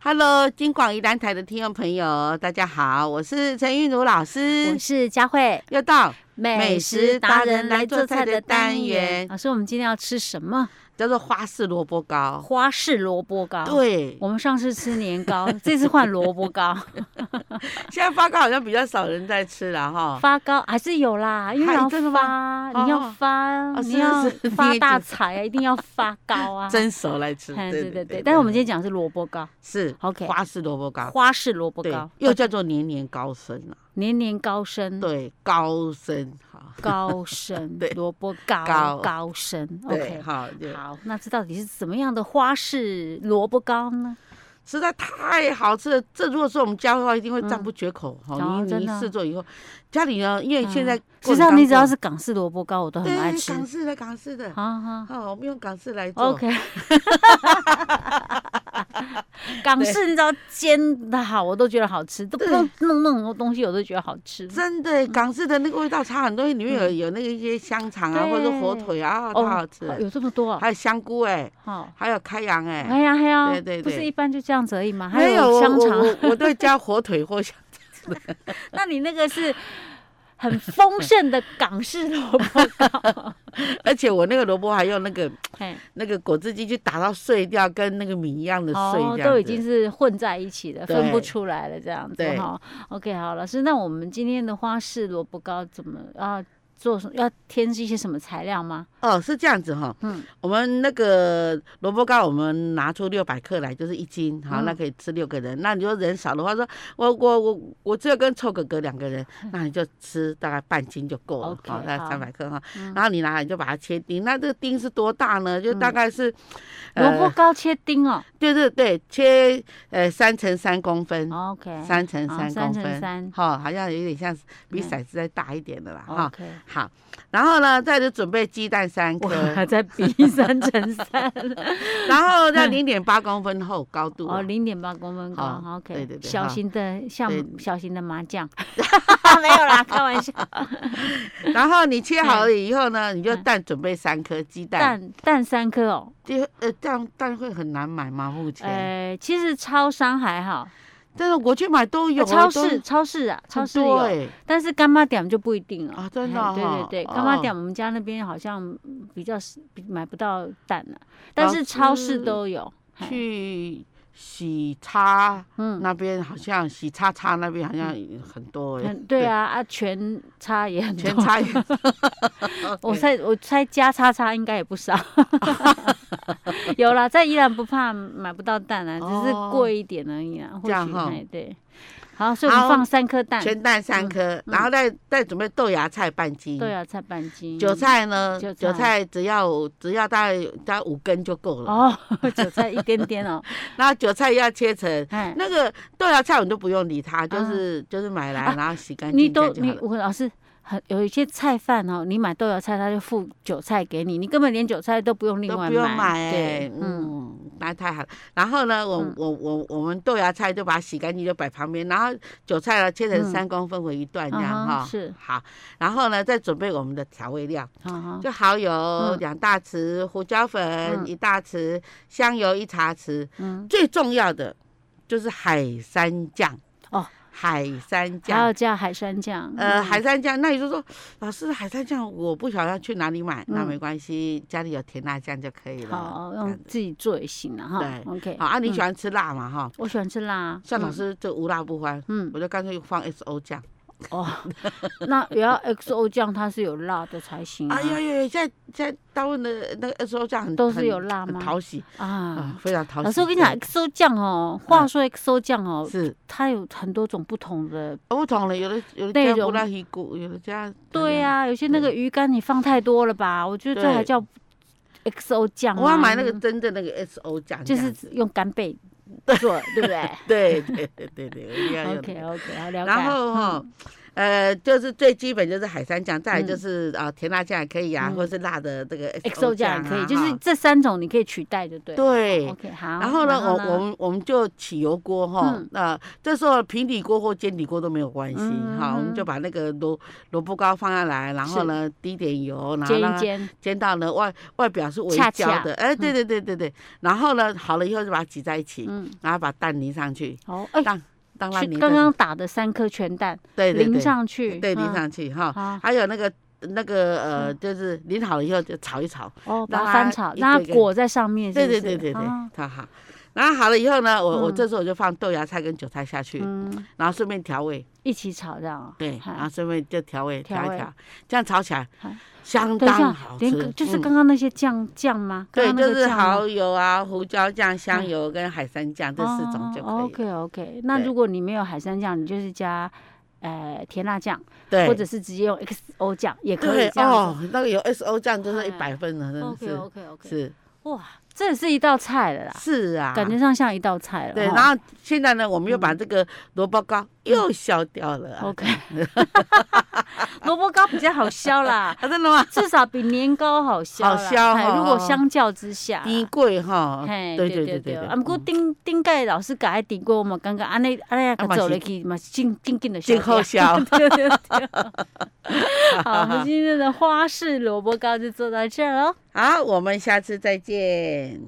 Hello，金广宜兰台的听众朋友，大家好，我是陈韵如老师我，是佳慧，又到美食达人来做菜的单元老师，我们今天要吃什么？叫做花式萝卜糕。花式萝卜糕。，对，我们上次吃年糕，这次换萝卜糕。现在发糕好像比较少人在吃了哈。 发糕还是有啦，因为要还真的发，哦你要发，哦你是要是发你也大觉财啊，一定要发糕 啊。蒸熟来 吃，哎，对对对对。但是我们今天讲的是萝卜糕，是 OK 花式萝卜糕，花式萝卜对糕，，嗯又叫做年年高升啊，年年高升。对，高升哈，高升对，萝卜糕高高升对， ，OK，好，对，好，那这到底是怎么样的花式萝卜糕呢？实在太好吃了。这如果说我们家的话，一定会赞嗯不绝口哈。哦你真你的嗯试做以后，家里呢，因为现在实际上，你只要是是港式萝卜糕，我都很爱对吃。港式的港式的，好 好好，我们用港式来做。 ，OK。港式你知道煎的好，我都觉得好吃，都不对用弄那种多东西，我都觉得好吃。真的，港式的那个味道差很多，里面有有那个一些香肠啊，嗯对或者是火腿啊，太哦好吃哦了。有这么多啊还有香菇哎，好，还有开洋哎，哎呀哎呀，对对不对是一般就这样子而已嘛，还没有有我香我肠。我我都加火腿或香。 那你那个是很丰盛的港式萝卜 糕，而且我那个萝卜还用那个嘿那个果汁机去打到碎掉，跟那个米一样的碎哦这样子。，都已经是混在一起的，分不对出来了这样子对哈。OK，好，老师，那我们今天的花式萝卜糕怎么啊做什？要添置一些什么材料吗？哦，是这样子哈。嗯，我们那个萝卜糕，我们拿出六百克来，就是一斤，好，嗯那可以吃六个人。那你说人少的话，说我我我我只有跟臭哥哥两个人，那你就吃大概半斤就够了， OK，好，大概好三百克哈嗯。然后你拿来你就把它切丁，那这个丁是多大呢？就大概是，萝卜呃，糕切丁哦。对对对，切呃三乘三公分， OK，嗯三乘好三三公乘分三，好，好像有点像是比嗯骰子再大一点的啦，哈。 OK，好，然后呢，再就准备鸡蛋三我颗，还在比三乘三， 然后在零点八公分厚高度啊、嗯哦，零点八公分高好，OK，对对对小哈型的像对小型的 麻将，没有啦，开玩笑，然后你切好了以后呢，你就蛋准备三颗鸡蛋，嗯蛋蛋三颗哦，就呃这样蛋会很难买吗？目前，呃，其实超商还好，但是我去买都有，呃超都市超市啊，超很市多有，哎，但是干妈点就不一定了啊真的哎哈对对对，哦干妈点我们家那边好像嗯比较是比买不到蛋了，但啊是超市都有。哎去喜叉嗯，那边好像喜叉叉那边好像很多哎很，对，啊啊，全差也很多全，叉也， 我猜我猜加叉叉应该也 不少，有啦，在宜兰不怕买不到蛋啊，只是哦贵一点而已啊，或这样许哈哎对，好，所以我好们放三颗蛋， 全蛋三颗，然后再再准备豆芽菜半斤，嗯对啊，菜半斤，韭菜呢韭，菜韭菜只要只要大概大概五根就够了，哦，韭菜一点点哦，然后韭菜要切成哎，那个豆芽菜我们都不用理它，就啊是、就是买来、啊然后洗干你净这都样就好你了。我老师很有一些菜饭哦，你买豆芽菜，他就付韭菜给你，你根本连韭菜都不用另都外不用买哎、对，嗯，嗯，那太好了。然后呢，我、嗯我我我们豆芽菜就把它洗干净，就摆旁边。然后韭菜呢，切成嗯三公分为一段这样嗯哼哈、是嗯好。然后呢，再准备我们的调味料，好好，就蚝油嗯两大匙，胡椒粉嗯一大匙，香油一茶匙。嗯，最重要的就是海山酱哦，海山还酱要加海参酱，呃，嗯海山酱，那你就说，老师，海山酱我不晓得要去哪里买，那嗯没关系，家里有甜辣酱就可以了。好这样用子自己做也行了哈对，OK，好啊，你喜嗯欢吃辣嘛？哈，我喜欢吃辣，像老嗯，师就无辣不欢，嗯，我就干脆放 S O 酱。哦， 那也要 XO 酱，它是有辣的才行啊哎，呀呀，现在现在大部分的那个 S O 酱很都是很有辣很吗讨喜啊啊，。非常讨喜。老师，我跟你讲，XO 酱哦，话说 XO 酱哦对，，是它有很多种不同的哦不同了，有的有的内加容不辣鱼骨，有的加对、啊呀、啊有些那个鱼干你放太多了吧？我觉得这对还叫 XO 酱、啊。我要买那个真正那个 S O 酱这就样子，是用干贝做，对不对 对对对对对，我一定要用那个。 ？OK OK，好了解。嗯然后哈、呃，就是最基本就是海参酱，再来就是啊甜辣酱也可以啊，或者是辣的这个 XO 嗯酱也可以，啊就是哦哈这三种你可以取代，就对了。对。 OK，好。然后呢，我我们我们就起油锅哈嗯，那、这时候平底锅或煎底锅都没有关系嗯哈、我嗯们就把那个萝萝卜糕放下来，然后呢滴点油，然后煎让一它煎，煎到呢外外表是微恰焦的，哎，对对对对对，然后呢好了以后就把它挤在一起，嗯，然后把蛋淋上去，好，哎，当当它去淋刚的刚打的三颗全蛋对对淋对，上去，对淋嗯上去哦哈，好还有那个那个呃就是淋好了以后就炒一炒，哦，把让它它翻炒，一让个一它个裹在上面，是对不对哎是对对对啊，它好。然后好了以后呢，我我嗯这时候我就放豆芽菜跟韭菜下去，嗯，然后顺便调味，一起炒这样啊，对，嗨然后顺便就调味调调一味调，这样炒起来好相等一当下好，连吃个，就是嗯刚刚那些酱酱吗？对，刚刚就那个是酱吗哦蚝油啊、胡椒酱、香嗯哦油跟海参酱这四种就可以了。 OK OK，那对如果你没有海参酱，你就是加呃甜辣酱，对，或者是直接用 XO 酱也可对以这样哦子。，那个有 SO 酱就是一哎百分了，真的 OK 是 OK OK，是哇，这是一道菜了啦，是啊，感觉上像一道菜了。哦对。哈嗯然后现在呢，我们又把这个萝卜糕又削掉了啊， OK，萝卜糕比较好削啦，啊真的吗？至少比年糕好削啦。好削哎哦如果相较之下啦，低贵哈，啊嘿，哦对对对对对对啊，毋过嗯顶顶届老师甲迄甜粿，我嘛感觉安尼安尼啊，啊嘛做落是去嘛是紧紧紧的真好笑 对 对对。好，今天的花式萝卜糕就做到这儿喽。好，我们下次再见。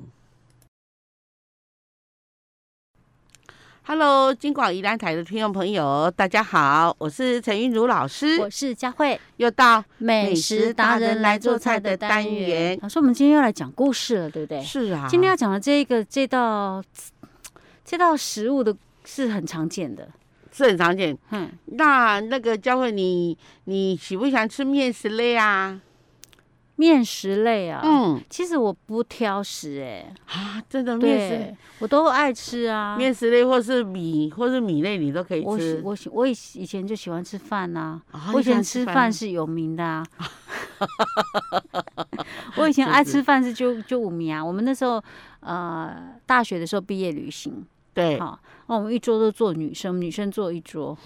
Hello，金广宜兰台的听众朋友，大家好，我是陈韵如老我师，是佳慧，又到美美食食达达人人来来做做菜菜的的单单元元。老师，我们今天要来讲故事了，对不对？是啊，今天要讲的这个这道这道食物的是很常见的，是很常见。嗯，那那个佳慧，你你喜不喜欢吃面食类啊？面食类啊。嗯其实我不挑食哎、啊，真的面对食，我都爱吃啊。面食类或是米或是米类，你都可以我喜吃。我喜我以以前就喜欢吃饭呐、啊我你以喜前欢吃饭是有名 的啊。我以前爱吃饭是就就五名啊。我们那时候呃大学的时候毕业旅行，对好、那我们一桌都坐女生，女生坐一桌，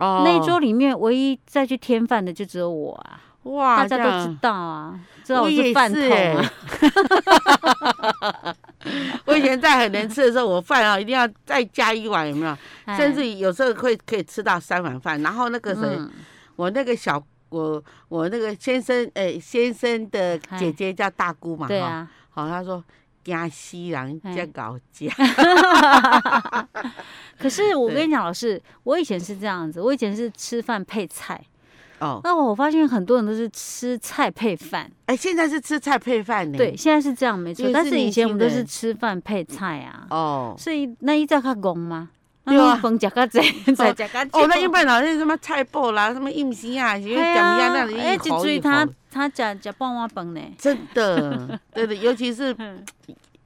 哦那一桌里面唯一再去添饭的就只有我啊，哦哇，大家这都样知道啊，知道我也是饭桶是欸啊， 我以前在很能吃的时候，我饭啊一定要再加一碗，有没有？哎甚至有时候会可以吃到三碗饭。然后那个谁，嗯我那个小我我那个先生，哎、先生的姐姐叫大姑嘛，对哈啊，好，他说惊西人哎家搞家，可是我对跟你讲，老师，我以前是这样子，我以前是吃饭配菜。哦，那我发现很多人都是吃菜配饭，哎、现在是吃菜配饭呢，对，，现在是这样没错因，为但是是以年前我轻们都是人吃饭配菜啊，哦。所以那一叫较戆嘛，对啊饭食 较济，菜食较哦，那一般老是什么菜脯啦，什么硬心 啊，什么对什么样那啊，里哎，一一口嘴一口，他他食食半碗饭呢，真 的，对的，尤其是嗯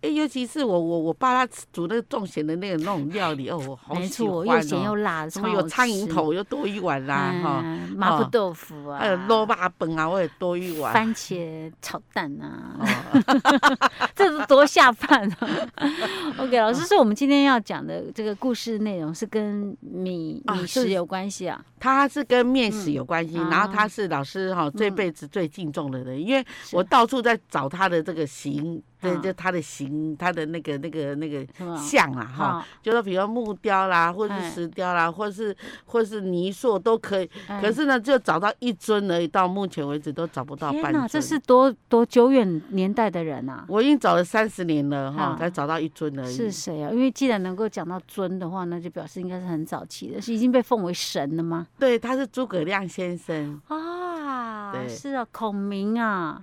哎、尤其是我我我爸他吃煮那个重咸的那个那种料理哦，我好没喜欢错，哦。又咸又辣，什超么有好苍蝇吃头又多一碗啦哈，哎麻婆哦豆腐啊，还有肉霸本啊我也多一碗。番茄炒蛋啊，哦， 嗯这是多下饭啊 ！OK，老师说我们今天要讲的这个故事内容是跟米啊米是食有关系啊。它是跟面食有关系，嗯然啊后他是老师哈这辈子最敬重的人，因为我是到处在找他的这个形，对啊，就他的形，他的那个那个那个什么？像啊哈，好，就说比如木雕啦，或哎是石雕啦，或是或是泥塑都可以，可哎是呢，就找到一尊而已，到目前为止都找不到天半哪，尊。这是多多久远年代的人啊？我已经找了三十年了哈啊，才找到一尊而已。是谁啊？因为既然能够讲到尊的话，那就表示应该是很早期的，是已经被奉为神了吗？对，他是诸葛亮先生。啊，对是啊，孔明啊。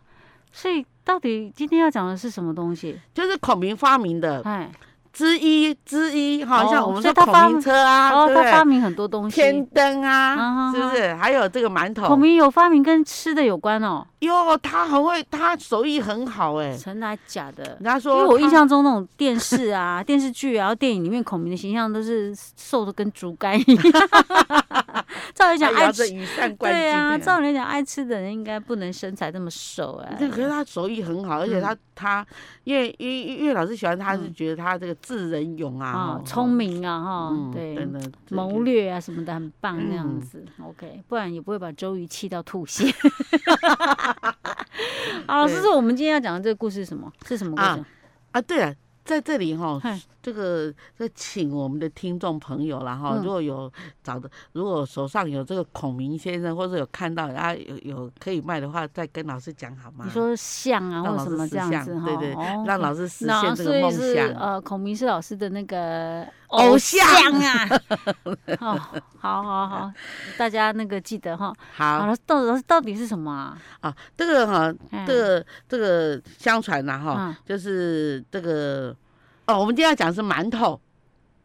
所以到底今天要讲的是什么东西？就是孔明发明的哎，之一之一，哈，哦像我们所以说他发孔明车啊，哦，对不他发对？明很多东天西。灯啊哈啊，哈是不是？还有这个馒头孔，明有发明跟吃的有关哦。哟，他很会，他手艺很好哎、真的还假的人？家因说，为我印，象中那种电视啊、 电视剧啊、电影里面孔明的形象都是瘦的跟竹竿一 样。照他理讲，爱摇着吃雨伞冠对啊，军这照样。理讲，爱吃的人应该不能身材这么瘦啊。对可是他手艺很好，而且他他，因为因为因为老师喜欢他，是嗯觉得他这个智人勇啊啊，，哦聪，明啊，哈，嗯对，真的这谋个略啊什么的很棒那样嗯子、o k 不然也不会把周瑜气到吐 血。好，老师，对说我们今天要讲的这个故事是什么？是什么故事？啊啊，对了，在这里哈嗨，这个这请我们的听众朋友啦哈，嗯如果有找的，如果手上有这个孔明先生，或者有看到啊有有可以卖的话，再跟老师讲好吗？你说像啊，让或老者什师么识这样相子哈？对对哦让 OK 老师实那现这所个以梦是想。呃，孔明是老师的那个 偶啊。 哦，好好好，大家那个记得哈。好好了，到底到底是什么啊？啊，这个哈，哎这个这个相传呐哈，嗯就是这个哦，我们今天要讲的是馒头，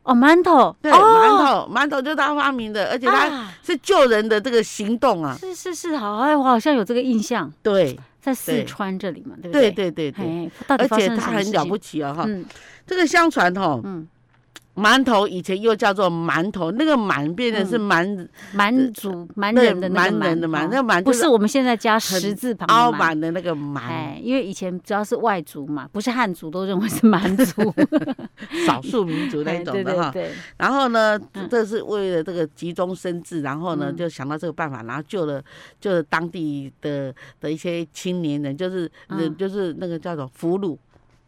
哦，馒头，对，哦馒头，馒头就是他发明的，而且他啊是救人的这个行动啊，是是是，好，哎，我好像有这个印象，对，在四对川这里嘛，对不对对对对对，哎，到底而发且生了他什么很事了情不起哦哈，嗯这个相传哈，嗯，馒头以前又叫做馒头，那个馒变成是蛮蛮族蛮对嗯人的那个蛮人的蛮哦那个蛮就不是是我们现在加很十字旁的凹蛮。满的那个蛮，哎，因为以前只要是外族嘛，不是汉族都认为是 蛮族少数民族那哎一 对种对的哈。对，然后呢嗯，这是为了这个急中生智，然后呢嗯就想到这个办法，然后救了救了当地的的一些青年人，就是嗯就是那个叫做俘虏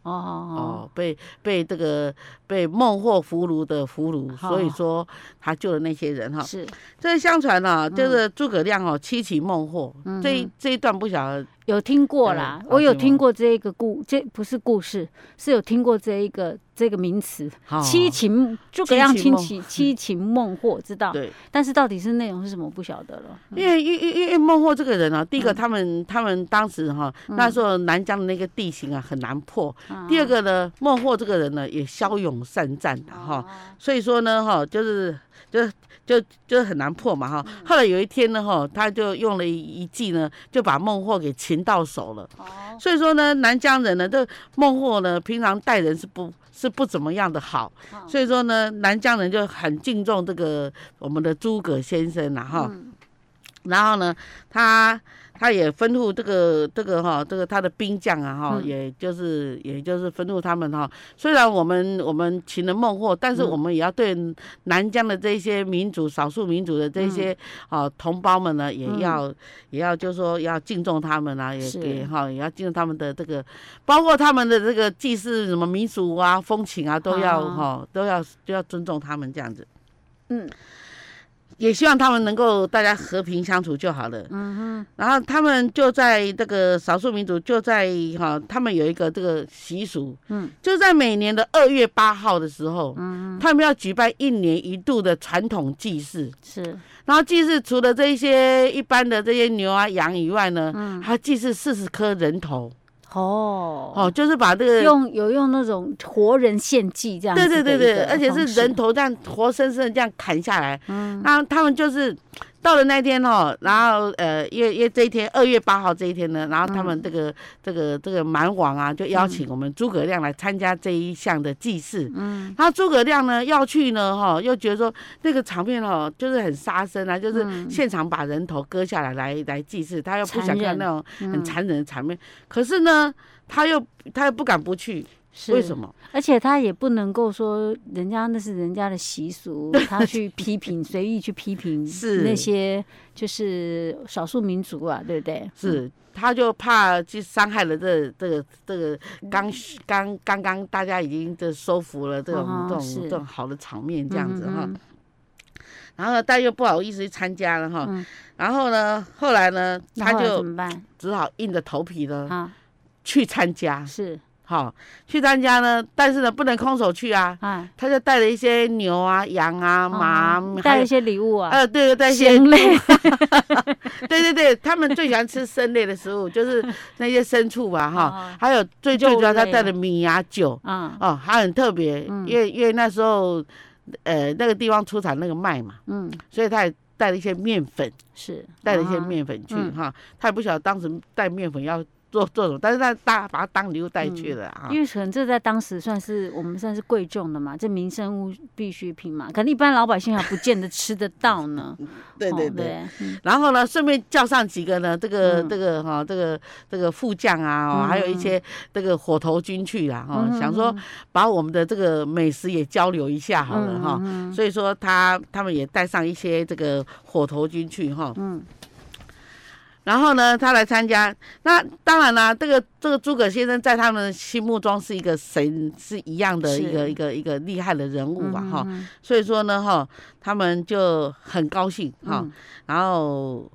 哦哦哦，被被这个被孟获俘虏的俘虏，好所以说他救了那些人哦，哈。是这相传呢，就是诸葛亮哦七擒孟获，嗯这一这一段不晓得有听过啦对，我有好听听哦过这一个故，这不是故事，是有听过这一个这个名词，哦七擒诸葛七亮擒七孟擒七擒孟获，知道，哦对，但是到底是内容是什么不晓得了。嗯因为因因因为孟获这个人啊，第一个他们他们当时哈那时候南疆的那个地形啊很难破，第二个呢，孟获这个人呢也骁勇善战的哈，啊所以说呢哈就是就就就很难破嘛哈。嗯后来有一天呢哈，他就用了一一计呢，就把孟获给擒到手了。哦所以说呢，南疆人呢，这孟获呢，平常待人是不是不怎么样的好，嗯所以说呢，南疆人就很敬重这个我们的诸葛先生啦、哈。嗯然后呢，他他也吩咐这个这个哈、这个他的兵将啊哈、嗯也就是也就是吩咐他们哈、虽然我们我们擒了孟获，但是嗯我们也要对南疆的这些民族、少数民族的这些啊、同胞们呢，也嗯要、也要就是说要敬重他们啊，也是也哈、也要敬重他们的这个，包括他们的这个祭祀什么民俗啊、风情啊，都要啊哈、都要都要尊重他们这样子。嗯也希望他们能够大家和平相处就好了。嗯然后他们就在这个少数民族就在哈、他们有一个这个习俗，嗯，就在每年的二月八号的时候，嗯，他们要举办一年一度的传统祭祀。是然后祭祀除了这一些一般的这些牛啊羊以外呢，嗯还祭祀四十颗人头哦哦，就是把这个用有用那种活人献祭这样子对的对一个方式，嗯对对，而且是人头这样活生生的这样砍下来。那他们就是到了那天哦，然后呃，因为因为这一天二月八号这一天呢，然后他嗯们这个、这个这个蛮王啊，就邀请我们诸葛亮来参加这一项的祭祀。嗯，然后诸葛亮呢要去呢哈、又觉得说那个场面哦，就是很杀生啊，就是现场把人头割下来来来祭祀，他又不想嗯残忍看那种很嗯残忍的场面。可是呢，他又他又不敢不去，是为什？么？而且他也不能够说人家那是人家的 习俗，他去批评，随意去批评是那些就是少数民族啊，对不对？是，他就怕去伤害了这这个这个嗯刚刚刚刚大家已经这收服了这种、哦这是种这种好的场面这样子哈，嗯，嗯然后呢，但又不好意思去参加了哈，嗯然后呢，后来呢，嗯他那后来怎就么办只好硬着头皮呢啊？去参加，是好、去参加呢，但是呢不能空手去啊，啊，他就带了一些牛啊、羊啊、马啊，哦还带了有一些礼物啊，呃，对，带一些 鲜类 对对对，他们最喜欢吃生类的食物，就是那些牲畜吧，哦哈，还有最最主要他肉类带的米啊酒啊，哦，还很特别，嗯因为因为那时候呃那个地方出产那个麦嘛，嗯，所以他也带了一些面粉，是 带了一些，面粉去嗯哈。他也不晓得当时带面粉要做做什么，但是他大把它当礼物带去了啊啊因。为可能这在当时算是我们算是贵重的嘛，这民生物必需品嘛，可能一般老百姓还不见得吃得到呢。 对对哦对。对，嗯然后呢，顺便叫上几个呢，这个、嗯这个哈、这个这个副将啊，哦嗯还有一些这个火头军去啦，哈、想说把我们的这个美食也交流一下好嗯了哈。所以说他他们也带上一些这个火头军去哈。嗯然后呢，他来参加。那当然啦、这个这个诸葛先生在他们心目中是一个神，是一样的是一个一个一个厉害的人物啊哈。嗯所以说呢哈，他们就很高兴哈。嗯然后，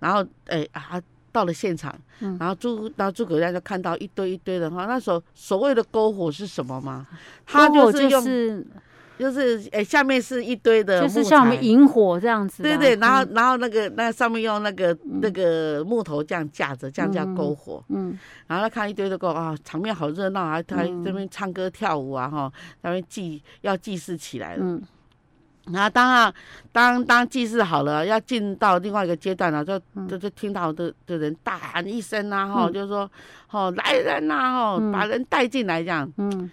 然后，哎啊，到了现场，嗯然后诸，然后诸葛亮就看到一堆一堆的哈，那时候所谓的篝火是什么吗？他篝火就是用，是就是哎，下面是一堆的就木是像我们材引火这样子的对啊，对，然后嗯然后那个那上面用那个那个木头这样架着，这样叫嗯篝火。嗯然后他看一堆的篝啊，场面好热闹啊，他还这边唱歌跳舞啊哈，那边祭要祭祀起来了。嗯然后当然，当当祭祀好了，要进到另外一个阶段啊了，就嗯就就听到的的人大喊一声啊，哈，嗯就说，哦，来人呐、啊，哈，嗯把人带进来这样，嗯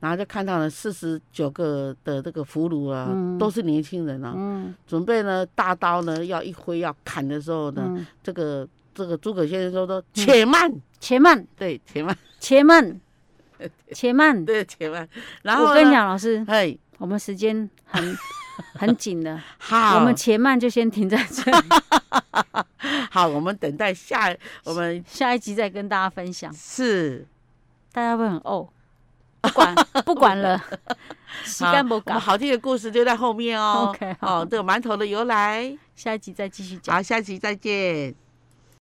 然后就看到了四十九个的这个俘虏啊，嗯都是年轻人啊，嗯准备呢大刀呢要一挥要砍的时候呢，嗯，这个这个诸葛先生说说，且慢，且慢对，且慢， 且慢且慢，对，且慢，然后我跟你呢，讲，老师，哎，我们时间很 很紧的，好，我们且慢就先停在这里，好，我们等待下我们下一集再跟大家 分享。是。大家会很哦，不管不管 了，时好间不啊我们搞，好听的故事就在后面哦。 OK，好哦，这个馒头的由来，下一集再继续讲。好，下期再见。